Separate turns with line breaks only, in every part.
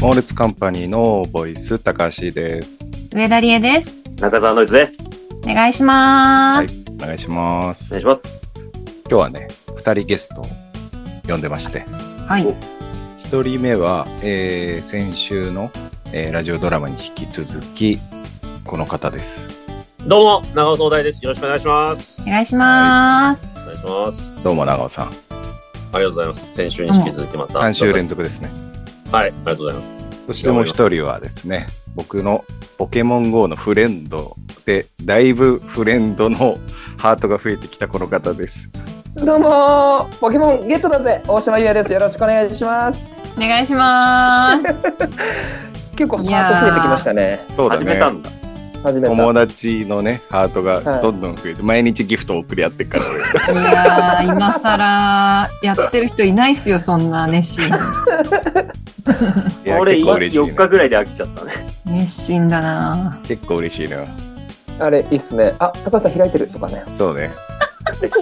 モールツカンパニーのボイス高橋です。
上田理恵です。
中澤ノイズです。
お願いしま
はい
す。、
お願いしま
お
す。
願い
今
します。
日はね、二人ゲストを呼んでまして、
はい。
お
一人目は、えー先週の、えーラジオドラマに引き続きこの方です。
どうも、長尾総大です。よろしくお願いします。
お願いします。
お願いします。
どうも長尾さん、
ありがとうございます。先週に引き続きまた。
三週連続ですね。
続。はい、ありがとうございます。
そしてもう一人はですね、僕のポケモン GO のフレンドで、だいぶフレンドのハートが増えてきたこの方です。
どうもーポケモンゲットだぜ大島優也ですよろしくお願いします
お願いします。
結構ハ
いや
ー
ー
ト増えてきましたね
そうだ
始めた
ね。
んだ。
始め
友
た
達のね、ハートがどんどん増えて、毎日ギフトを送り合ってっから俺。
いやー、今更やってる人いないっすよ、そんな熱 心。
いや、
俺、
結構
今、
嬉しい
4
ね。
日ぐらいで飽きちゃったね。
熱心だな
結構嬉しいのよ。
あれいいっすねあ高橋さん開いてるとかね
そうね。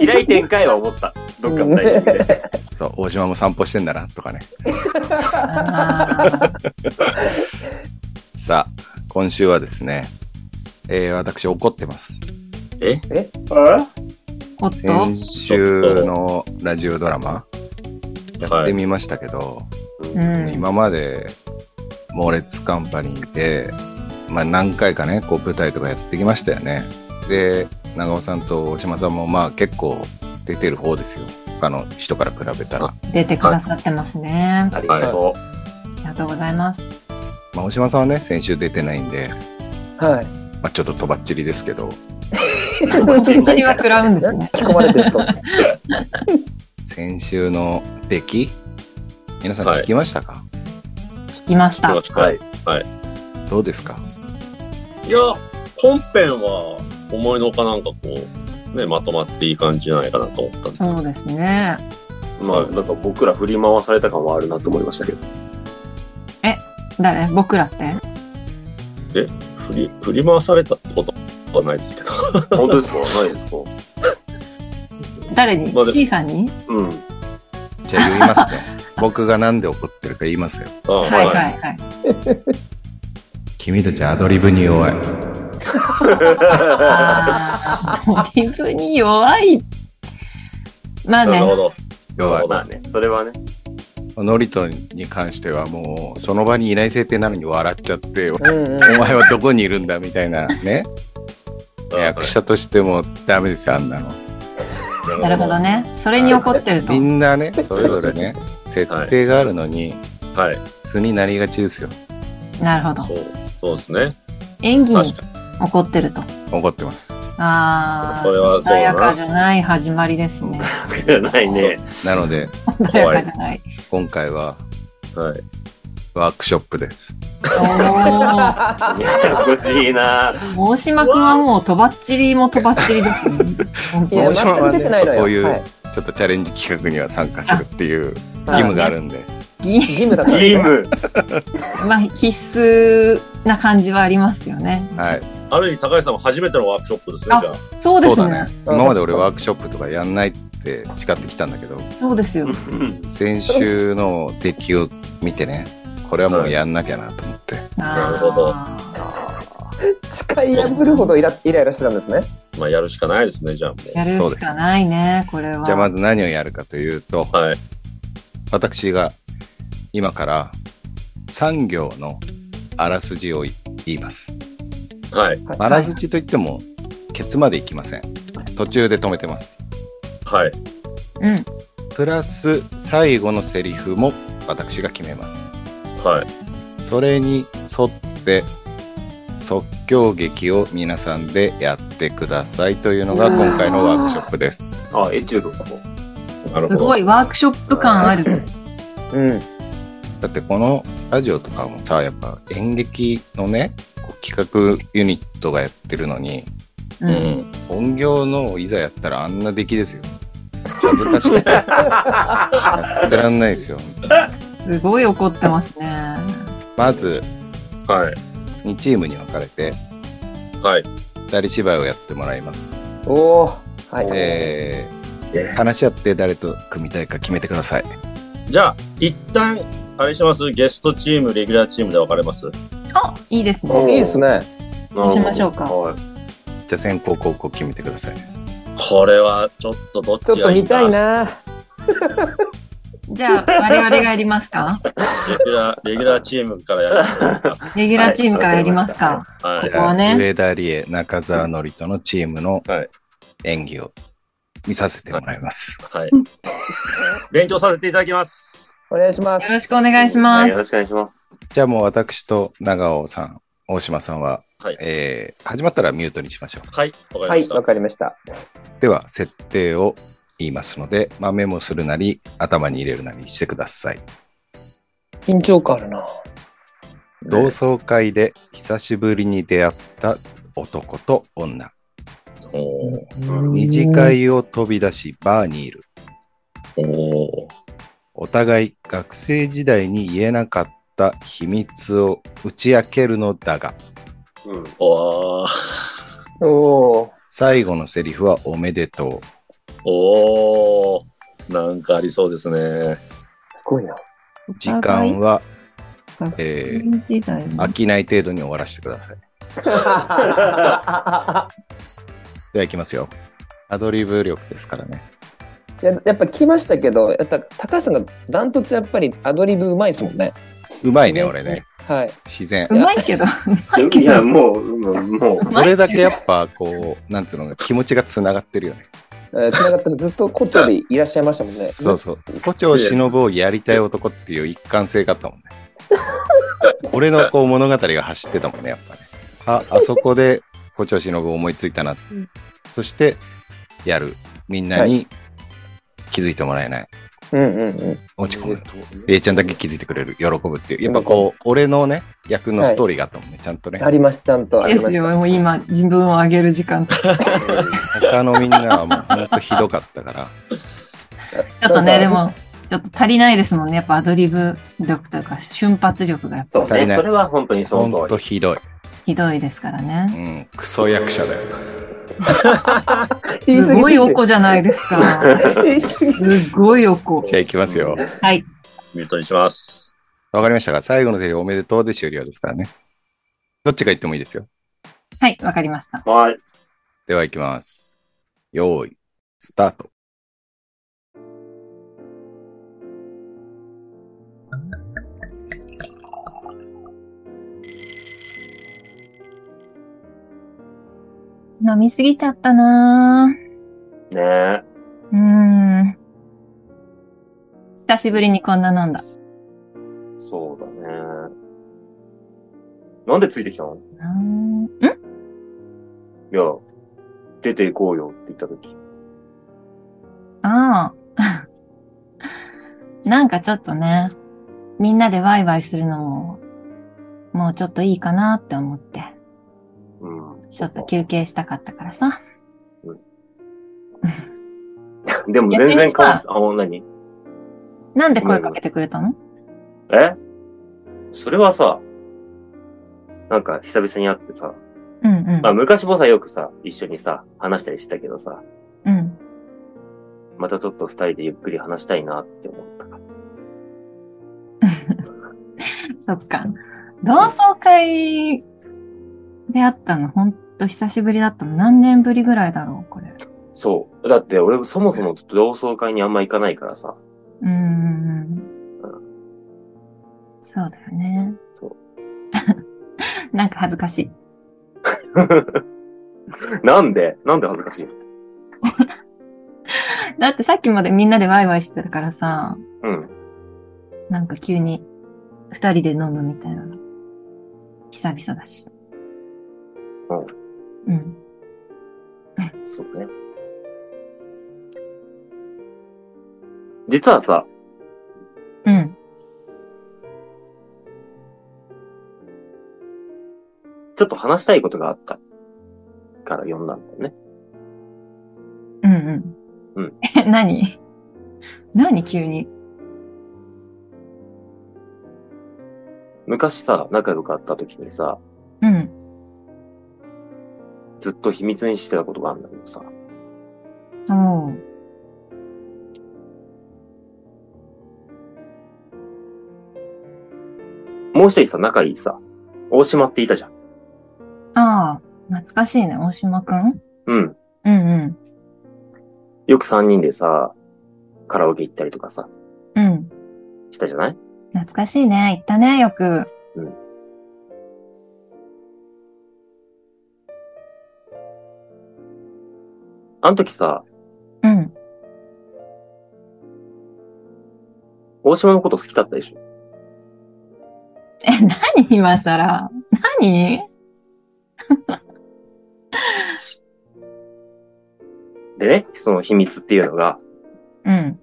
開いてんかいは思った。どっかのタイミングで。
そう、大島も散歩してんだな、とかね。
あ
さあ、今週はですね、えー私怒ってます。
ーおっと
先週のラジオドラマやってみましたけど、
うん。
今まで猛烈カンパニーで、まあ、何回かねこう舞台とかやってきましたよねで長尾さんと大島さんもまあ結構出てる方ですよ他の人から比べたら、
出てくださってますね。
ありが
あ
と
りがとうございます。
まあ、大島さんはね先週出てないんで、
はい
まあ、ちょっととばっちりですけど
う。
次は食らうんですね。
引き込まれてると
先週の出来皆さん聞きましたか、
聞きました。
よろしくはい。
どうですか
いや、本編は、思いのほかなんかこう、ね、まとまっていい感じじゃないかなと思ったんですけど
そうですね。
まあ、なんか僕ら振り回された感はあるなと思いましたけど。
誰僕らって
振り、振り回されたってことはないですけど。本当ですかないですか
誰に
まあで
?C さんに
うん。
じゃあ言います ね僕が何で怒ってるか言いますよ
あ
はいはい
はい。
はい。
君たちアドリブに弱い
あードリブに弱い。まあ
な
ね
る、ほど。
弱い
まあね、それはね。
ノリトに関してはもうその場にいない設定なのに笑っちゃってお
うんう
前
ん
はどこにいるんだみたいなね 役者としてもダメですよあんなの
なるほどね。それに怒ってると
み。んなねそれぞれね設定があるのに
はい。
素になりがちですよ
なるほど。
そう、そうですね。
演技
確
に
かに。
怒ってると。
怒ってます
ああ、
これはそ
穏
うだな
やかじゃない始まりですね。
ないね。
なので
穏やかじゃない。
今回は
はい。
ワークショップです
お
ややこしい な
お、大島君はもうとばっちりもとばっちりです ね。本
い
当
や
大島はね
全く出てないのよ
こういう
はい
ちょっとチャレンジ企画には参加するっていう義務があるんで
ぎ
義務だからね
義務。
まあ必須な感じはありますよね。
はい
ある意味、高橋さんも初めてのワークショップですね、
あ
じゃあ。
そうで
そう
す
だ
ね
ね。今まで俺ワークショップとかやんないって誓ってきたんだけど
そうですよ。
先週の出来を見てねこれはもうやんなきゃなと思って、
な
るほど
誓い破るほどイライライラしてたんですね
まあ、やるしかないですね、じゃあも
やるしかないね、これは。
じゃあまず何をやるかというと
う。はい。
私が今から3行のあらすじを言います
はい。
あらすじといってもケツまで行きません途中で止めてます
はい。
うん。
プラス最後のセリフも私が決めます
はい。
それに沿って即興劇を皆さんでやってくださいというのが今回のワークショップです。
あ、エチュードですなる
す
ほ
ご
ど。
いワークショップ感ある。
うん
だってこのラジオとかもさやっぱ演劇のねこう企画ユニットがやってるのに
う。
うんん。
本業のいざやったらあんな出来ですよ。恥ずかしくてやってらんないですよ。
すごい怒ってますね。
まず
はい。
2チームに分かれて
はい。
2人芝居をやってもらいます。
おーはい、
えー話し合って誰と組みたいか決めてください。
じゃあ、一旦、あれしますゲストチーム、レギュラーチームで分かれます
あ、いいですね。
おー
いいですね。
そうしましょうか
はい
じゃあ先行後攻決めてください。
これはちょっとどっ
ちょっ
ち
と
がいい
見
か
たいな。
じゃあ、我々がやりますか
レギュラー、レギュラーチームからやりましょうか。
レギュラーチームからやりますか。
は
じ
い。
こ
ゃ
こ
あ、
はね
上田理恵、中澤典人のチームの
はい
演技を見させてもらいます。
はい。勉強させていただきます。
お願いします
よ。ろしくお願いしま
はいよ
す。
ろしくお願いします。
じゃあもう私と長尾さん、大島さんは、
はい
えー始まったらミュートにしましょう。
はい、わかりま
はい、
した。
わかりました。
では、設定を言いますので、まあ、メモするなり、頭に入れるなりしてください。
緊張感あるな。
同窓会で久しぶりに出会った男と女。
おー
二次会を飛び出し、バーにいる。
おー
お互い学生時代に言えなかった秘密を打ち明けるのだが、
うん。
おー
おお
最後のセリフはおめでとう。
おーなんかありそうですね。
ー、すご いな。
時間は、えー、
学生時代の
飽きない程度に終わらせてください。では行きますよ。アドリブ力ですからね。
ややっぱ来ましたけど、やっぱ高橋さんがダントツやっぱりアドリブうまいですもんね。
うまいね、俺ね。
はい。
自然。
うまいけど、うまいけ
いや、
ど、
もう、うんもう、
どれだけやっぱ、こう、なんつうのが気持ちがつながってるよね。
えー、繋がったらずっと胡蝶でいらっしゃいましたもんね。
そうそう。胡蝶忍をやりたい男っていう一貫性があったもんね。俺のこう物語が走ってたもんね、やっぱね。あ、あそこで胡蝶忍を思いついたな。そして、やる。みんなに気づいてもらえない。
うんうんうん。
落ち込む。えいちゃんだけ気づいてくれる。喜ぶっていう。やっぱこう、俺のね、役のストーリーがあったもんね、ちゃんとね
あ。ります、ちゃんと。あ
で
り
す
まし
よ。もう今、自分を上げる時間。ち
他のみんなはもうほんとひどかったから。
ょっとね、でも、ちょっと足りないですもんね。やっぱアドリブ力というか、瞬発力が
そう
足り
ね。
ない
それは本当にそ
ほん
の通
と
り。
ひどい。
ひどいですから
う
ね。
ん。クソ役者だよ。
た。言
す
過ぎ
ごいおこじゃないですか。
言い過ぎ
すごいおこ。
じゃあ行きますよ。
はい。
ミュートにします。
わかりましたか最後のセリフおめでとうで終了ですからね。どっちが言ってもいいですよ。
はい、わかりました。
はい。
では行きます。用意、スタート。
飲みすぎちゃったなぁ
ねえ。
うーん。久しぶりにこんな飲んだ。
そうだね。なんでついてきたの
うん
いや、出て行こうよって言ったとき。
ああ。 なんかちょっとね、みんなでワイワイするのも、もうちょっといいかなって思って、
うん。
ちょっと休憩したかったからさ。
でも全然変わった。あ、もう何
なんで声かけてくれたの
えそれはさ、なんか久々に会ってさ、
うんうん
まあ。昔もさ、よくさ、一緒にさ、話したりしたけどさ、
うん。
またちょっと二人でゆっくり話したいなって思ったから。
そっか。同窓会で会ったの、ほんと久しぶりだったの。何年ぶりぐらいだろう、これ。
そう。だって俺そもそも同窓会にあんま行かないからさ、
うーん。そうだよね。
そう
なんか恥ずかしい。
なんでなんで恥ずかしいの
だってさっきまでみんなでワイワイしてるからさ、
うん。
なんか急に二人で飲むみたいなの。久々だし。うん。
そうね。実はさ、
うん。
ちょっと話したいことがあったから呼んだんだよね。
うんうん。
うん
え、何何急に。
昔さ、仲良く会った時にさ、
うん。
ずっと秘密にしてたことがあるんだけどさ、
おう。
もう一人さ、仲いいさ、大島っていたじゃん。
ああ、懐かしいね、大島くん。
うん。
うんうん。
よく三人でさ、カラオケ行ったりとかさ、
うん。
したじゃない
懐かしいね。行ったね、よく。
あの時さ、
うん。
大島のこと好きだったでしょ
え、何今更。何
でね、その秘密っていうのが、
うん。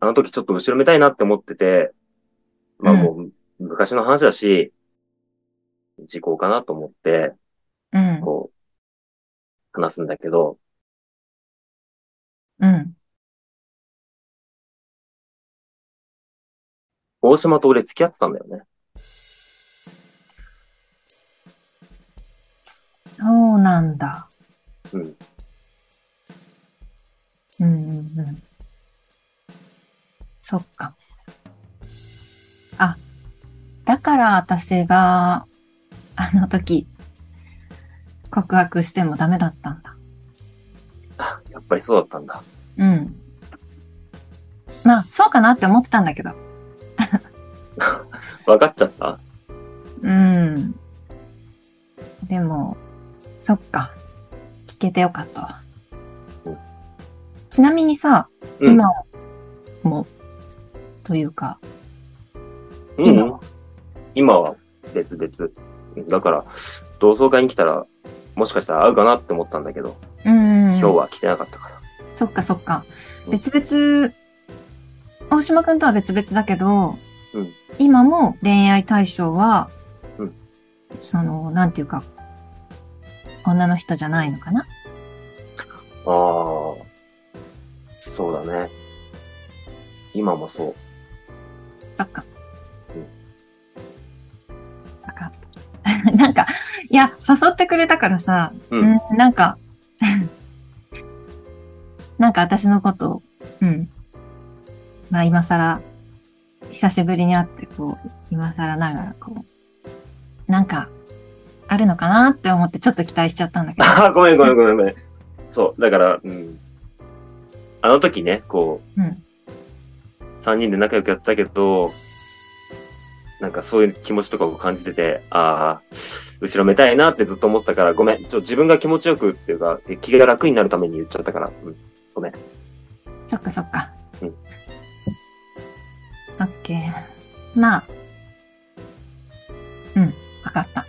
あの時ちょっと後ろめたいなって思ってて、まあ
うん
もう昔の話だし、時効かなと思って、
うん。
こう、話すんだけど、
うん。
大島と俺付き合ってたんだよね。
そうなんだ。
うん。
うんうんうん。そっか。あ、だから私が、あの時、告白してもダメだったんだ。
あやっぱりそうだったんだ。
うん。まあ、そうかなって思ってたんだけど。
分かっちゃった
うん。でも、そっか。聞けてよかったわ
うん。
ちなみにさ、
うん
今も、というか、
うん
今は
今は別々。うんだから、同窓会に来たら、もしかしたら会うかなって思ったんだけど、
うん。
今日。は来てなかったから。
そっかそっか
う。ん
別々、大島くんとは別々だけど、
うん
今も恋愛対象は、
うん
その、なんていうか、女の人じゃないのかな
ああ、そうだね。今もそう。
そっか
うん。
わかった。なん か、いや、誘ってくれたからさ、
う。
うんん、なんか、 なんか私のことを、うん。まあ今更、久しぶりに会って、こう、今更ながら、こう、なんか、あるのかなって思ってちょっと期待しちゃったんだけど。
ああ、ごめんごめんごめんごめん。そう、だから、うん。あの時ね、こう、
うん
3人で仲良くやったけど、なんかそういう気持ちとかを感じてて、ああ、後ろめたいなってずっと思ってたから、ごめん。ちょ、自分が気持ちよくっていうか、気が楽になるために言っちゃったから。うん。
そっかそっか。
うん
オッケー。まあ。うん、わかった。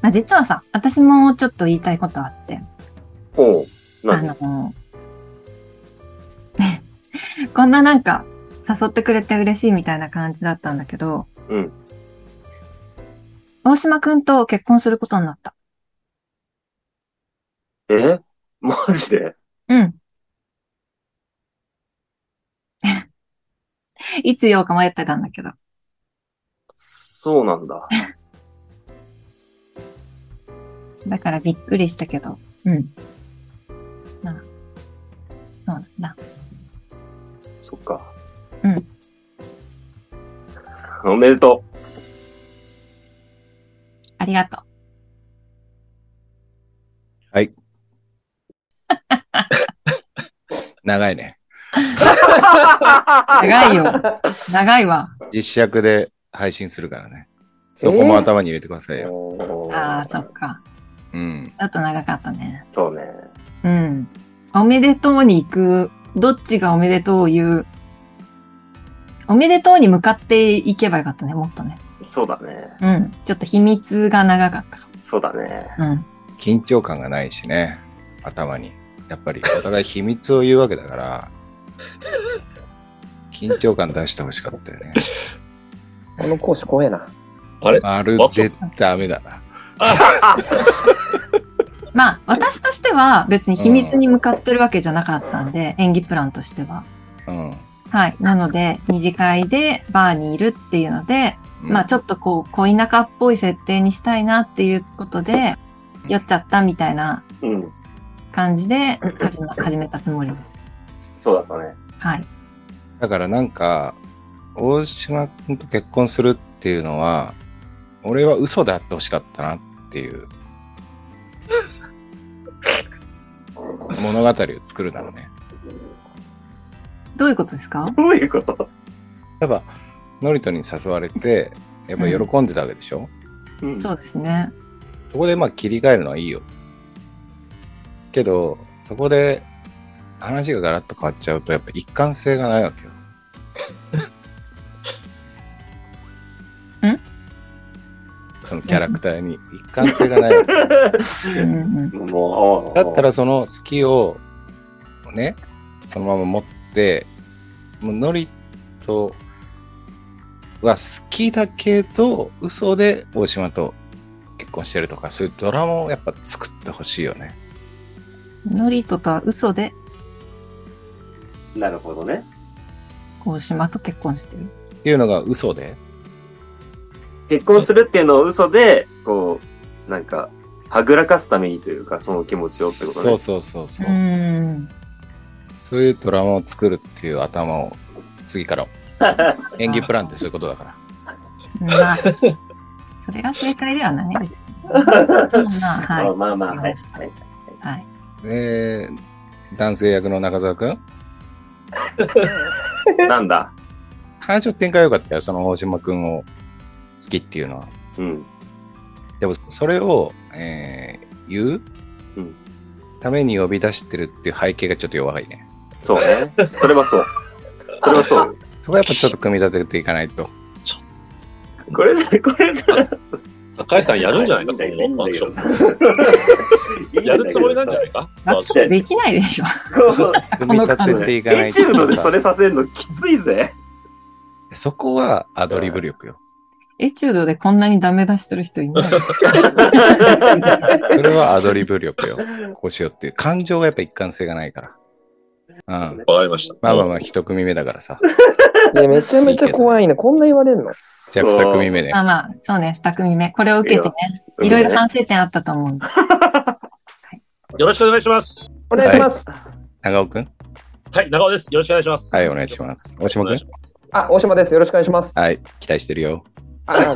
まあ実はさ、私もちょっと言いたいことあって、
おう、な
あ
んだ。
の、 こんななんか誘ってくれて嬉しいみたいな感じだったんだけど、
うん。
大島くんと結婚することになった。
え マジで
うん。 いつ言おうか迷ってたんだけど。
そうなんだ。
だからびっくりしたけど。うん。まあ、そうですな。
そっか。
うん。
おめでとう。
ありがと
長いね。
う。長いよ。長いわ。
実写で配信するからね。 そこも頭に入れてくださいよ。
おー
ああ、そっか。
うん。
ちょっと長かったね。
そうね。
うん。おめでとうに行く。どっちがおめでとうを言う。おめでとうに向かっていけばよかったね、もっとね。
そうだね。
うん。ちょっと秘密が長かったか
そうだね。
も。うん。
緊張感がないしね。頭に。やっぱりお互い秘密を言うわけだから、緊張感出してほしかったよね。
この講師怖えな。
あれ
まるでダメだな。
まあ、私としては別に秘密に向かってるわけじゃなかったんで、演技プランとしては。
うん。
はい。なので、二次会でバーにいるっていうので、
うん
まあちょっとこう、恋仲っぽい設定にしたいなっていうことで、やっちゃったみたいな
うん。
感じで始,、ま、始めたつもりです。
そうだったね。
はい。
だからなんか、大島君と結婚するっていうのは、俺は嘘であってほしかったなって いう。物語を作るならね。
どういうことですか
どういうこと
やっぱ、ノリトに誘われて、やっぱ喜んでたわけでしょ、
うん
そうですね。
そこでまあ切り替えるのはいいよ。けど、そこで話がガラッと変わっちゃうと、やっぱ一貫性がないわけよ。
ん
そのキャラクターに一貫性がないわけ。
うんうん。
もう、
だったらその好きをね、そのまま持って、もうノリとは好きだけど、嘘で大島と結婚してるとか、そういうドラマをやっぱ作ってほしいよね。
ノリトとは嘘で
なるほどね。
大島と結婚してる。
っていうのが嘘で。
結婚するっていうのを嘘で、こう、なんか、はぐらかすためにというか、その気持ちをってことね。
そうそうそうそうう、
ん。
そういうドラマを作るっていう頭を次 から演技プランってそういうことだから。
まあ、 それが正解ではないです。はい
まあまあ、
わか
は
り
い
まし。た
はい
はい。
え男性役の中澤くん
なんだ
話の展開良かったよ、その大島くんを好きっていうのは。
うん。
でもそれを、えー言う、
うん
ために呼び出してるっていう背景がちょっと弱いね。
そうね。それはそう。それはそう。
そこはやっぱちょっと組み立てていかない と。
これじゃ、これじゃ、
高橋さんやるんじゃ ないか、今度アクション。やるつもりなんじゃないか
だってできないでしょ。
組み立てていかない
エチュードで
と
そ
さ。
れさせるのきついぜ。
そこはアドリブ力よ。
エチュードでこんなにダメ出してる人いない。
それはアドリブ力よ。こうしようっていう。感情がやっぱ一貫性がないから。うん。
わかりました。
まあまあまあ、一組目だからさ。
いや、めちゃめちゃ怖いな。こんな言われるの
じゃあ二組目ね
ま。あまあ、そうね、二組目。これを受けてね、
そう
いろいろ反省点あったと思うんで。
よろしくお願いします。
お願いします。
長尾くん
はい、長尾です。よろしくお願いします。
はい、お願いします。大島くん
す。
あ、大島です。よろしくお願いします。
はい、期待してるよ。
あ、
じ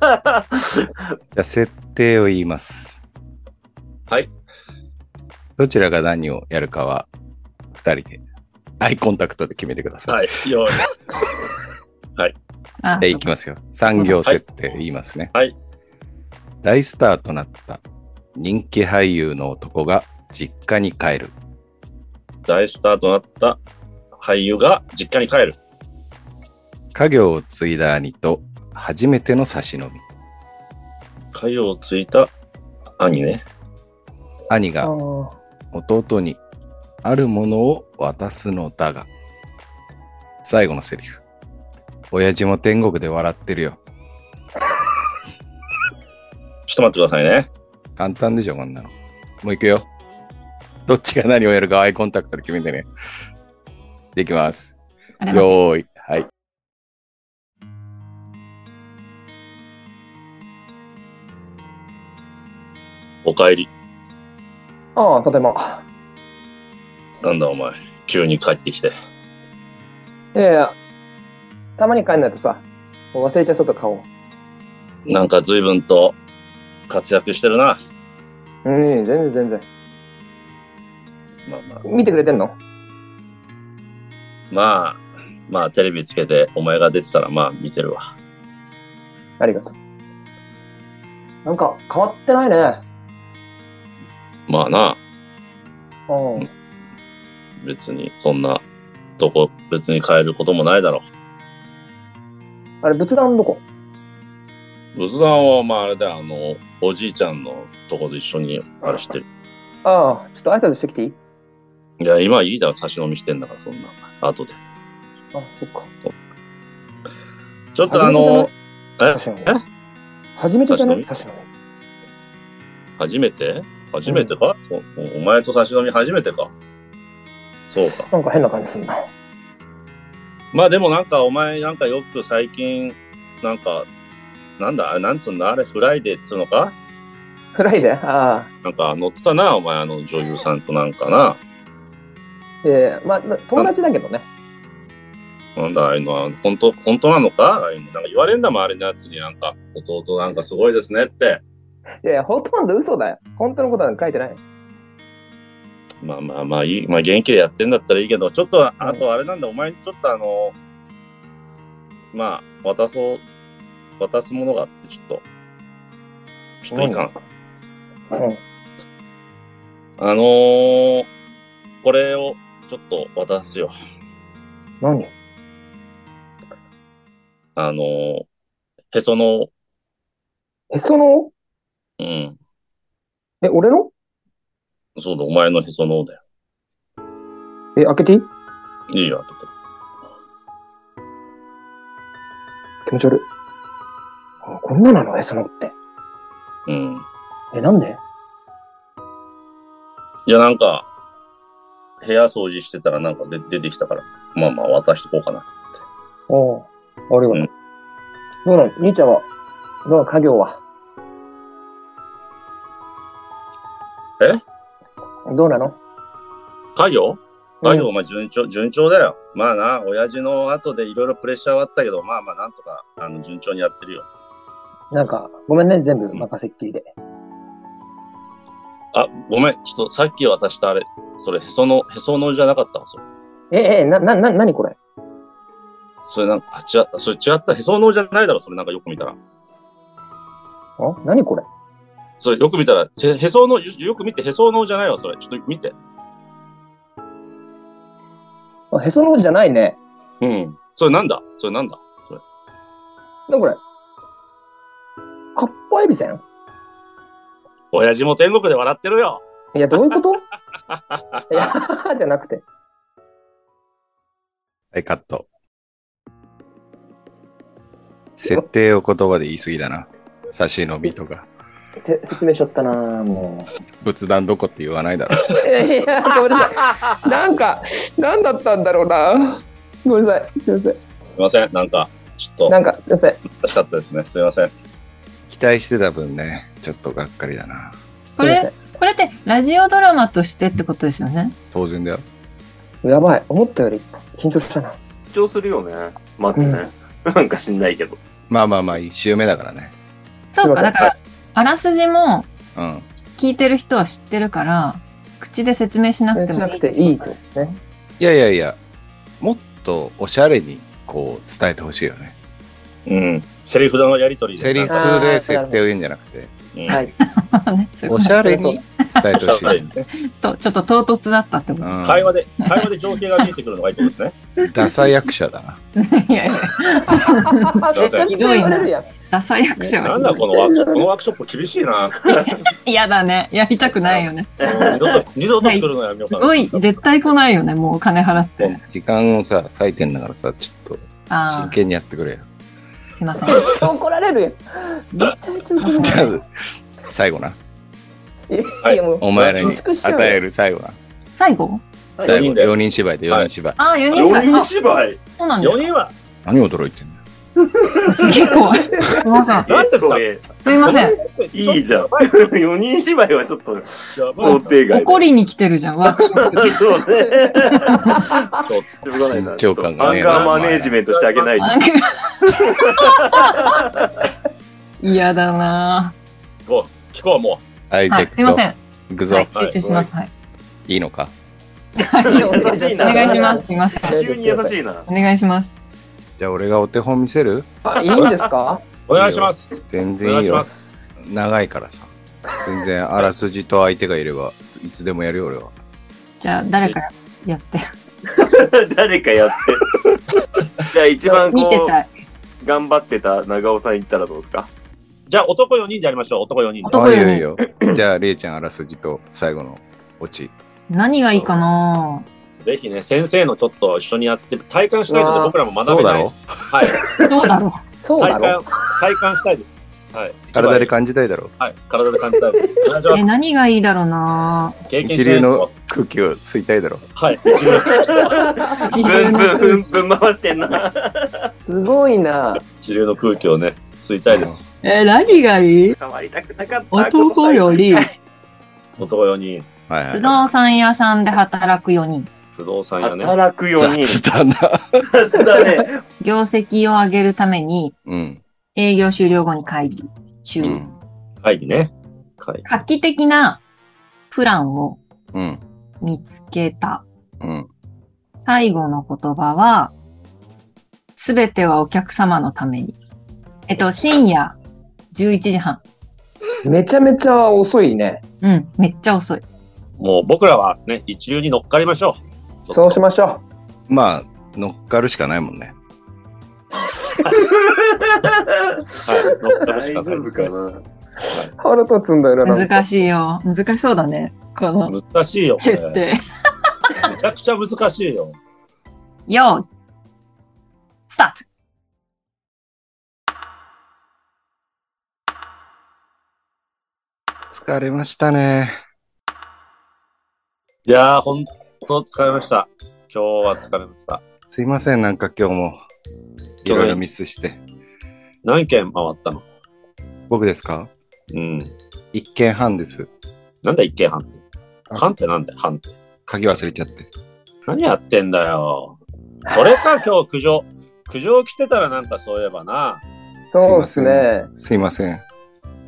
ゃあ、設定を言います。
はい。
どちらが何をやるかは、二人で、アイコンタクトで決めてください。
はい、よーい
あ
じゃあ、いきますよ。産業設定言いますね。
はい。
大スターとなった人気俳優の男が実家に帰る。
大スターとなった俳優が実家に帰る。
家業を継いだ兄と初めての差し飲み。
家業を継いだ兄ね。
兄が
あー
弟にあるものを渡すのだが。最後のセリフ。親父も天国で笑ってるよ。
ちょっと待ってくださいね。
簡単でしょ、こんなの。もう行くよ。どっちが何をやるかアイコンタクトで決めてね。できます。
あれは
よーい。はい。
お帰り。
あー、ただいま。
なんだお前。急に帰ってきて。
いやいや、たまに帰んないとさ、もう忘れちゃいそうと顔。
なんか随分と活躍してるな。
うん、全然全然。
まあまあ。
見てくれてんの
まあ、まあテレビつけてお前が出てたらまあ見てるわ。
ありがとう。なんか変わってないね。
まあな、
うん。
別にそんなとこ、別に帰ることもないだろ
あれ、仏壇どこ
う。仏壇はまああれだよ、あの、おじいちゃんのとこで一緒にあれしてる。
ああ、ちょっと挨拶してきていい
い や、今いいだろ、差し飲みしてんだから、そんな。後で。
あ、そっか。
ちょっとあの、え
初めてじゃない初めてじゃない差し飲み
初めて初めてか、そうお前と差し飲み初めてか。そうか。
なんか変な感じするな。
まあでもなんかお前なんかよく最近、なんか、なんだ、あれなんつうんだ、あれフライデーっつうのか
フライデーああ。
なんか乗ってたな、お前あの女優さんとなんかな。
で、まあ、な友達だけどね。
なんだ、ああいうのは、本当、本当なのかああいうのなんか言われんだもん、あれのやつになんか、弟なんかすごいですねって。
いやいや、ほとんど嘘だよ。本当のことなんか書いてない。
まあまあまあいい、まあ元気でやってんだったらいいけど、ちょっと、あとあれなんだ、お前にちょっとあの、まあ、渡そう、渡すものがあって、ちょっと、ちょっといいかな。
うん
あのー、これをちょっと渡すよ。
何
あのー、へその、
へその
うん、
え、俺の
そうだ、お前のへその緒だよ。
え、開けていい
いいよ、後
気持ち悪い。あこんななのへその緒って。
で。うん。
え、なんで
いや、なんか、部屋掃除してたらなんかで出てきたから、まあまあ渡してこうかな。
おうあるよね。
うん
どうなの兄ちゃんは、どうなの家業はえどうなの
家業家業、
うん
まあ順調、順調だよ。まあな、親父の後でいろいろプレッシャーはあったけど、まあまあなんとか、あの、順調にやってるよ。
なんか、ごめんね、全部任せっきりで。
あ、ごめん、ちょっとさっき渡したあれ、それ、へその、へその緒じゃなかったわ、それ。
え、え、な、な、な、なにこれ
それなんか、あ違った、それ違った、へその緒じゃないだろ、それなんかよく見たら。
あなにこれ
それよく見たら、せへその緒、よよく見て、へその緒じゃないわ、それ。ちょっと見て。
あへその緒じゃないね。
うん。それなんだそれなんだそれ。
なにこれカッパエビせん
親父も天国で笑ってるよ。
いや、どういうこ といや、じゃなくて。
はい、カット。設定を言葉で言い過ぎだな。差し伸びとか。
せ説明しちゃったなぁも
仏壇どこって言わないだろ。
う。いや、ごめんなさい。なんか、なんだったんだろうなごめんなさい。すいません。
すいません、なんか、ちょっ
な
と、
んか、すいません。
難しかったですね。すいません。
期待してた分ね、ちょっとがっかりだな。
これ、これってラジオドラマとしてってことですよね。
当然だよ。
やばい。思ったより緊張したな。
緊張するよね。まずね。なんか知んないけど。
まあまあまあ、一周目だからね。
そう
すいま
か、
せん
だから、あらすじも
うん。
聞いてる人は知ってるから、口で説明しなくて
し
も
なくてい いですね。
いやいやいや、もっとおしゃれにこう伝えてほしいよね。
うん。セリフのやりとりで。
セリフで設定を言うんじゃなくて、
うん
はい。
ねすご
お
い
しゃれに伝えてほしい。
とちょっと唐突だったってこと。
うん
会話で、会話で情景が見えてくるのがいいってことですね。
ダサ役者だな。
いやいや、
めちゃくちゃ言われるやん。
ダサい役者
なん
は
だこのワークショップ、このワークショップ厳しいな。
嫌だね。やりたくないよね。
二度と、二度と来るのやめよう
す
かな。
ごい、絶対来ないよね。もうお金払って。
時間をさ、割いてんだからさ、ちょっと真
あ
剣にやってくれよ。
あ、すいません。
怒られるやん。めちゃめちゃ怒
じ
ら
ゃ
れる
あ、最後な。
やん。いや、もう、
お前らに
美しいよ
与える最後な。
最後
最
四
後、
人で
4人芝居で4人芝居。
ああ、4人
四
さ
人
ん。
芝居
そうなんですか
4人は、
何驚いてんだよ。
すげえ怖い。すいません。
なんですか
それ
すいません。
いいじゃん。4 人芝居はちょっと
やばい
想定外。
怒りに来てるじゃん、ワークショップで。
そうね。ちょっ
緊張
と
感が
ア
ね
ン
えな
ガーマネージメントしてあげないと。
嫌だな
聞こう、聞こう、も
はい、
ぁ。
じゃ
は
あ
い、すいませ
行
せん。
くぞ。
はいい、集中します。はい。
い、いのか
優
しい
お
な
願いします。すいません。
急に優しいな。
お願いします。
じゃあ俺がお手本見せる
あ、いいんですか
う。お願いします。
全
お
然
願い
いい
し
よ
ま。す。
長いからさ。全然あらすじと相手がいれば、いつでもやるよ俺は。
じゃあ、誰かやって。
誰かやって。じゃあ一番
見
こ
てた
う、
い。
頑張ってた長尾さん行ったらどうですか
じゃあ、男4人でやりましょう、男4人で。
男
あいいよ
より
いいよ。じゃあ、れいちゃんあらすじと最後のオチ。
何がいいかな
ぜひね、先生のちょっと一緒にやって、体感しない
わ
と
あ
僕らも学
どう
べ
だ
ない。
ろ
はい。
どうだろ
そうだ
体
ろう。
感、体感したいです。はい。
う体で感じたいだろう
はい。体で感じたいです。お願いしま
う
す
え、何がいいだろうな
経験
一
しな
流
いと
の。空気を吸いたいだろう
はい。一
理由
流の
ぶん
の
ぶんぶんぶん回してんな。
すごいな。
一流の空気をね、吸いたいです。
え、何がいい
触りたくなかった。
男より、
男4人。
はいはい
不動産屋さんで働く4人。
不動産屋ね。
働くように。
雑だな。
雑だね。
業績を上げるために、
うん。
営業終了後に会議中。
うん。
会議ね。会議。
画期的なプランを
うん。
見つけた。
うん。
最後の言葉は、すべてはお客様のために。えっと、深夜11時半。
めちゃめちゃ遅いね。
うん、めっちゃ遅い。
もう僕らはね、一流に乗っかりましょう。
そうしましょ
まあ、乗っかるしかないもんね。
はい、乗っかるし
大丈
かない
夫
です
か
ね。
な
う。腹立つんだよな。なんか
難しいよ。難しそうだね。この
難しいよ、こ
設
れ。
定。
めちゃくちゃ難しいよ。
よースタート
疲れましたね。
いやー、ほんと疲れました。今日は疲れました。
すいません、なんか今日も。いろいろミスして。
何件回ったの
僕ですか
うん。
一件半です。
なんだ一件半って。
あ
半ってなんだよ、半って。
鍵忘れちゃって。
何やってんだよ。それ か、今日苦情。苦情来てたらなんかそういえばな。
そうですね。
すいません。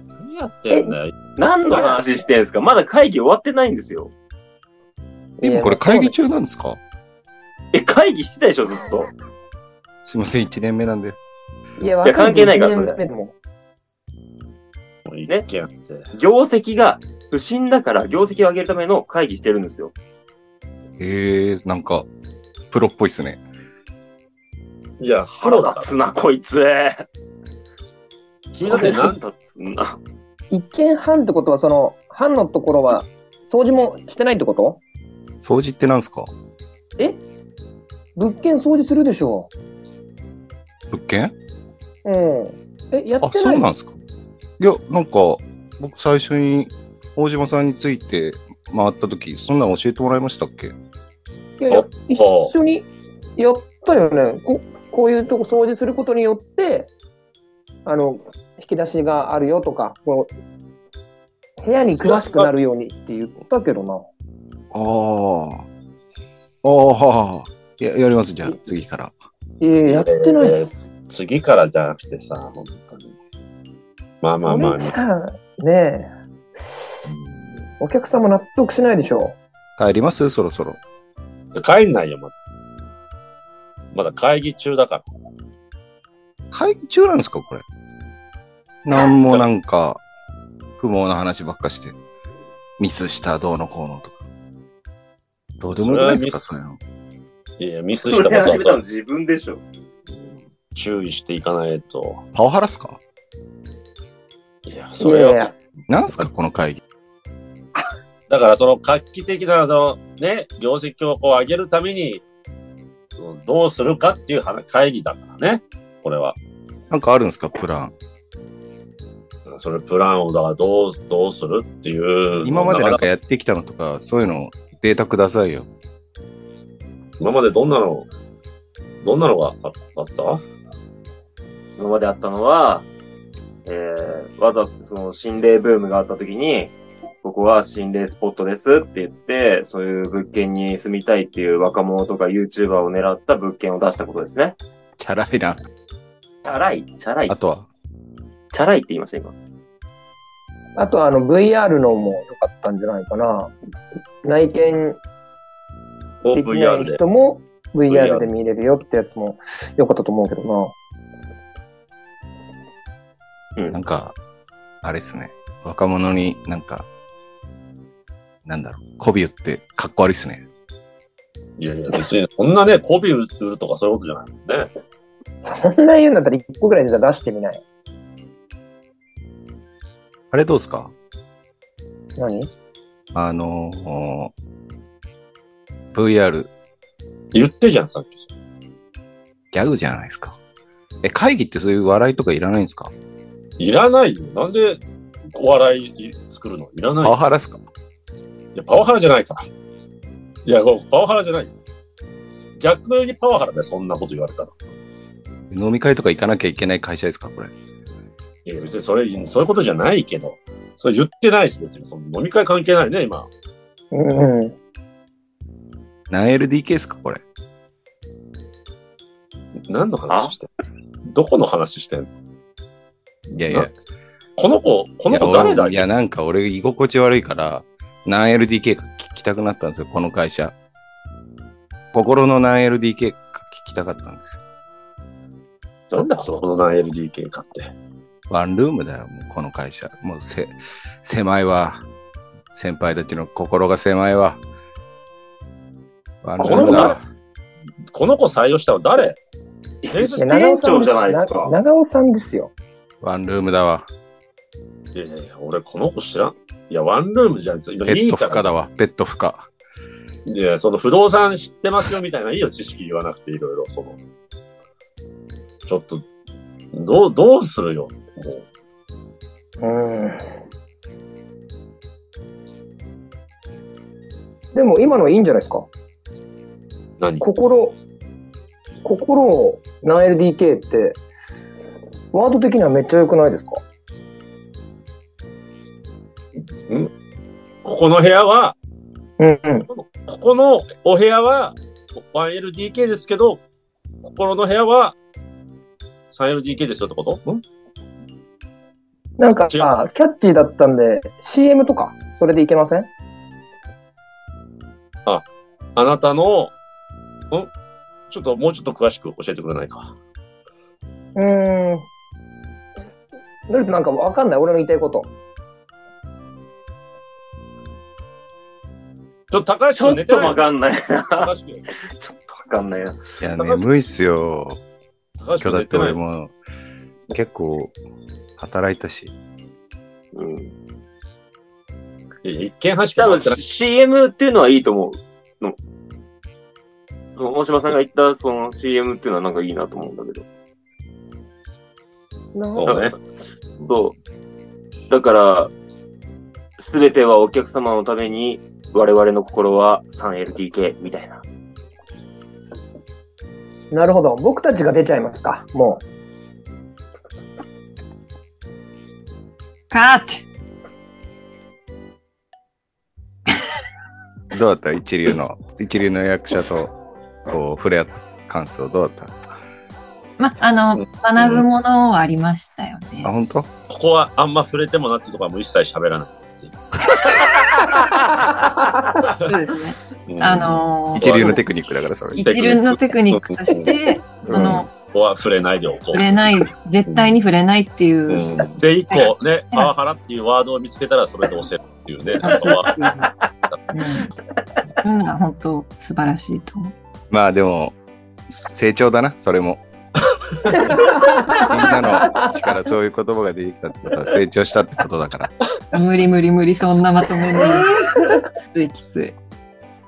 何やってんだよ。
何の話してんすかまだ会議終わってないんですよ。
今これ会議
中
中なんですか
え、会議してたでしょ、ずっと。
すいません、1年目なんで。
いや、
いや関係ないから
若
それ
人間でも
もう一件って。
業績が不振だから、業績を上げるための会議してるんですよ。
えー、なんか、プロっぽいっすね。
いや、
腹立つな、こいつ。
君だって
腹
何
立つな。
一件半ってことは、その、半のところは、掃除もしてないってこと
掃除ってなんですか
え物件掃除するでしょ
物件
う。うん。え、や
あ
っ、て
そ
な
う
い
なんですかいや、なんか、僕最初に大島さんについて回った時、そんなん教えてもらいましたっけ
いやいや
あ
一緒にやったよねこ。こういうとこ掃除することによって、あの、引き出しがあるよとか、こう部屋に詳しくなるようにって言ったけどな。
ああ。ああ。や、やります、じゃあ、次から。
いやいや、やってない。
えー次からじゃなくてさ、本当に。まあまあまあ、
そ
ね
れじ、ゃあねえ、お客さんも納得しないでしょ
帰りますそろそろ。
帰んないよ、まだ。まだ会議中だから。
会議中なんですかこれ。なんもなんか、不毛な話ばっかして。ミスした、どうのこうのとか。どうでもよくないですか
そ
そういうの。
いやいや、ミス
そ
した
れ
こ
始め
と
た
は
の自分でしょ。
注意していかないと。
パワハラっすか
いや、
う。
それ
いや。
はい
なんすかこの会議。
だから、その画期的な、そのね、業績をこう上げるために、どうするかっていう話会議だからね、これは。
なんかあるんですかプラン。
それプランをだからどうどうするっていう
今までなんかやってきたのとか、そういうのデータくださいよ。
今までどんなのどんなのがああった
今まであったのは、えー、わざその心霊ブームがあった時に、ここは心霊スポットですって言って、そういう物件に住みたいっていう若者とか YouTuber を狙った物件を出したことですね。
チャラいな。
チャラい、チャラい
あ、とは、
チャラいって言いました、今。
あとはあの VR のも良かったんじゃないかな。内見
こう
できな
VR
い
で
人も
VR
VR で見れるよってやつも良かったと思うけどな。
うん
なん。か、あれですね。若者になんか、なんだろう、媚び売ってかっこ悪いっすね。
いやいや別にそんなね媚び売るとかそういうことじゃないもんね
そんな言うんだったら1個ぐらいじゃ出してみない。
あれどうですか
何
あのー、VR、
言ってじゃんさっき
ギャグじゃないですか。え、会議ってそういう笑いとかいらないんですか
いらないよなんでお笑い作るのいらな
パ
い
ワハラっすか
いやパワハラじゃないからいやこうパワハラじゃない逆にパワハラでそんなこと言われたら
飲み会とか行かなきゃいけない会社ですかこれ。
いや別にそれそういうことじゃないけどそれ言ってないし別にその飲み会関係ないね今
うんうん。
何 LDK ですか、これ。
何の話してんのどこの話してんの
いやいや
な、この子、この
い
子
や
誰だ
俺いや、なんか俺居心地悪いから、何 LDK か聞きたくなったんですよ、この会社。心の何 LDK か聞きたかったんですよ。
なんだこの LDK かって。
ワンルームだよ、もうこの会社。もうせ、狭いわ。先輩たちの心が狭いわ。ワンルームだ。
この子採用したの誰平日
いや
な
長尾
店
さん
長じゃないですか
長尾さんですよ。
ワンルームだわ。
いやいやいや、俺この子知らん。いや、ワンルームじゃん。
ペ
い
ッ
い
ト
か
不可
ら。
だわ。ペット不可。
いや、その不動産知ってますよみたいな、いいよ、知識言わなくていろいろ、その。ちょっと、どう、どうするよ。もう
うん。でも今のはいいんじゃないですか。
何
心、心を 7LDK って、ワード的にはめっちゃ良くないですか
ここの部屋は、
うんうん。
ここのお部屋は 1LDK ですけど、心の部屋は 3LDK ですよってことん
なんか、
違う
あキャッチーだったんで、CM とか、それでいけません
あなたの、んちょっともうちょっと詳しく教えてくれないか。
うーん。どれとなんかわかんない、俺の言いたいこと。
ちょっと高
ち
橋
ょ
君寝
っ
て
と
ない
わかんないな。
高橋君、
ちょっとわかんないな。
いや、眠いっすよ。
高
今
橋
日だっ
君寝
て
てな
俺
い。
も結構働いたし。
うん。
いや一見半しか
多
やっ
分
てない。
CM っていうのはいいと思うの。その大島さんが言ったその CM っていうのはなんかいいなと思うんだけど。
な
そうね。
そう。だから、すべてはお客様のために、我々の心は 3LDK みたいな。
なるほど。僕たちが出ちゃいますか、も
カット
どうだった一流の、一流の役者と、こう、触れ合った感想どうだっ
ま、あの、学ぶものはありましたよ
たあ、
ね。
本当？
ここはあんま触れてもなってとかも一切喋らな
そうですね。
い。うん
あ、のー
一流のテクニックだから、それ。
一流のテクニックとして、その、
ここは触れないでおこ。
触れない、絶対に触れないっていうう、
うんで、一個ね、パワハラっていうワードを見つけたらそれで押せるっていうね。
あ
そこは
うん、そういうのが本当素晴らしいと思う。
まあでも、成長だな、それ も。みんなの口からそういう言葉が出てきたってことは成長したってことだから。
無理無理無理、そんなまとめに。きついきつい。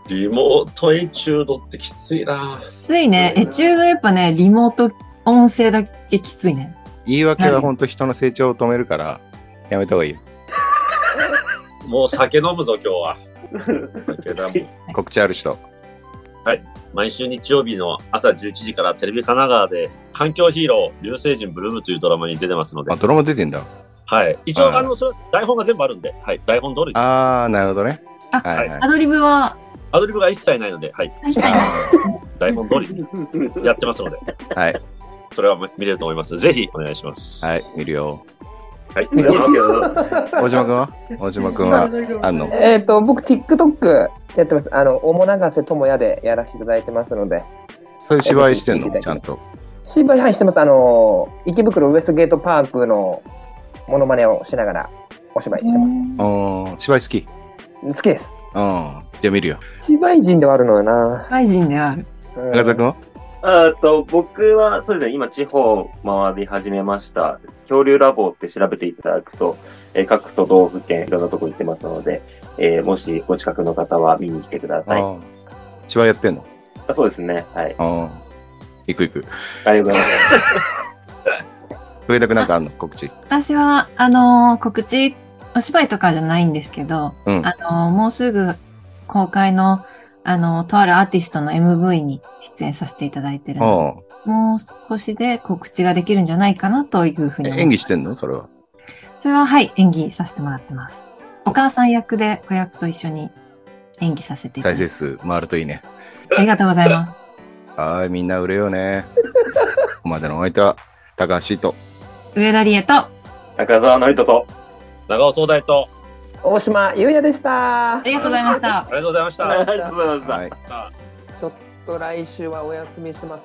リモートエチュードってきついな。
きついね。エチュードやっぱね、リモート音声だけきついね。
言い訳は本当人の成長を止めるから、やめた方がいいよ。
もう酒飲むぞ、今日 は。酒だもん
告知ある人。
毎週日曜日の朝11時からテレビ神奈川で環境ヒーロー、流星人ブルームというドラマに出てますので
あ、、ドラマ出てんだ。
はい。一
はい
応、あの、それ台本が全部あるんで、はい。台本通りです
あー、なるほどね。
あ
はいはい
ア。ドリブは、
アドリブが一切ないので、はい。
一切ない
あ
台本通りやってますので、
ーはい。
そ れは見れると思います。ぜひお願いします。
はい、見るよ。
はい。
見れますよ
大島くんは大島くんはあんの
う。えっ、と、僕、TikTok やってます。あの、おも長瀬智也でやらせていただいてますので。
そういう芝居してんのちゃんと。
芝居はいしてます。あの、池袋ウエストゲートパークのモノマネをしながらお芝居してます。
うん、芝居好き。うん。
好きです。
じゃあ見るよ。
芝居人ではあるのよな。
外人ではある。
うん
中田くんは
あと、僕は、そうですね、今地方回り始めました。恐竜ラボって調べていただくと、えー各都道府県いろんなとこ行ってますので、えーもしお近くの方は見に来てください。
あー芝居やってんの
あそうですね。はい。
うん。行く行く。
ありがとうございます。
上田くんなんかあんの告知。
私は、あのー告知、お芝居とかじゃないんですけど、
うん
あのーもうすぐ公開の、あのーとあるアーティストの MV に出演させていただいてるの
うん。
で、もう少しで告知ができるんじゃないかなというふうに
え
思い
演技してんのそれは。
それははい、演技させてもらってます。お母さん役で子役と一緒に演技させていただ
再
いて
生。数回るといいね。
ありがとうございます。
はい、みんな売れよね。 ここまでのお相手は、高橋と。
上田理恵と、あ
中澤成人と。
長尾総大と、
大島優也でした。
りがとうございました
あ。りがとうございまし
あ
た。
りがとうございました
は。い
ちょっと来週はお休みします。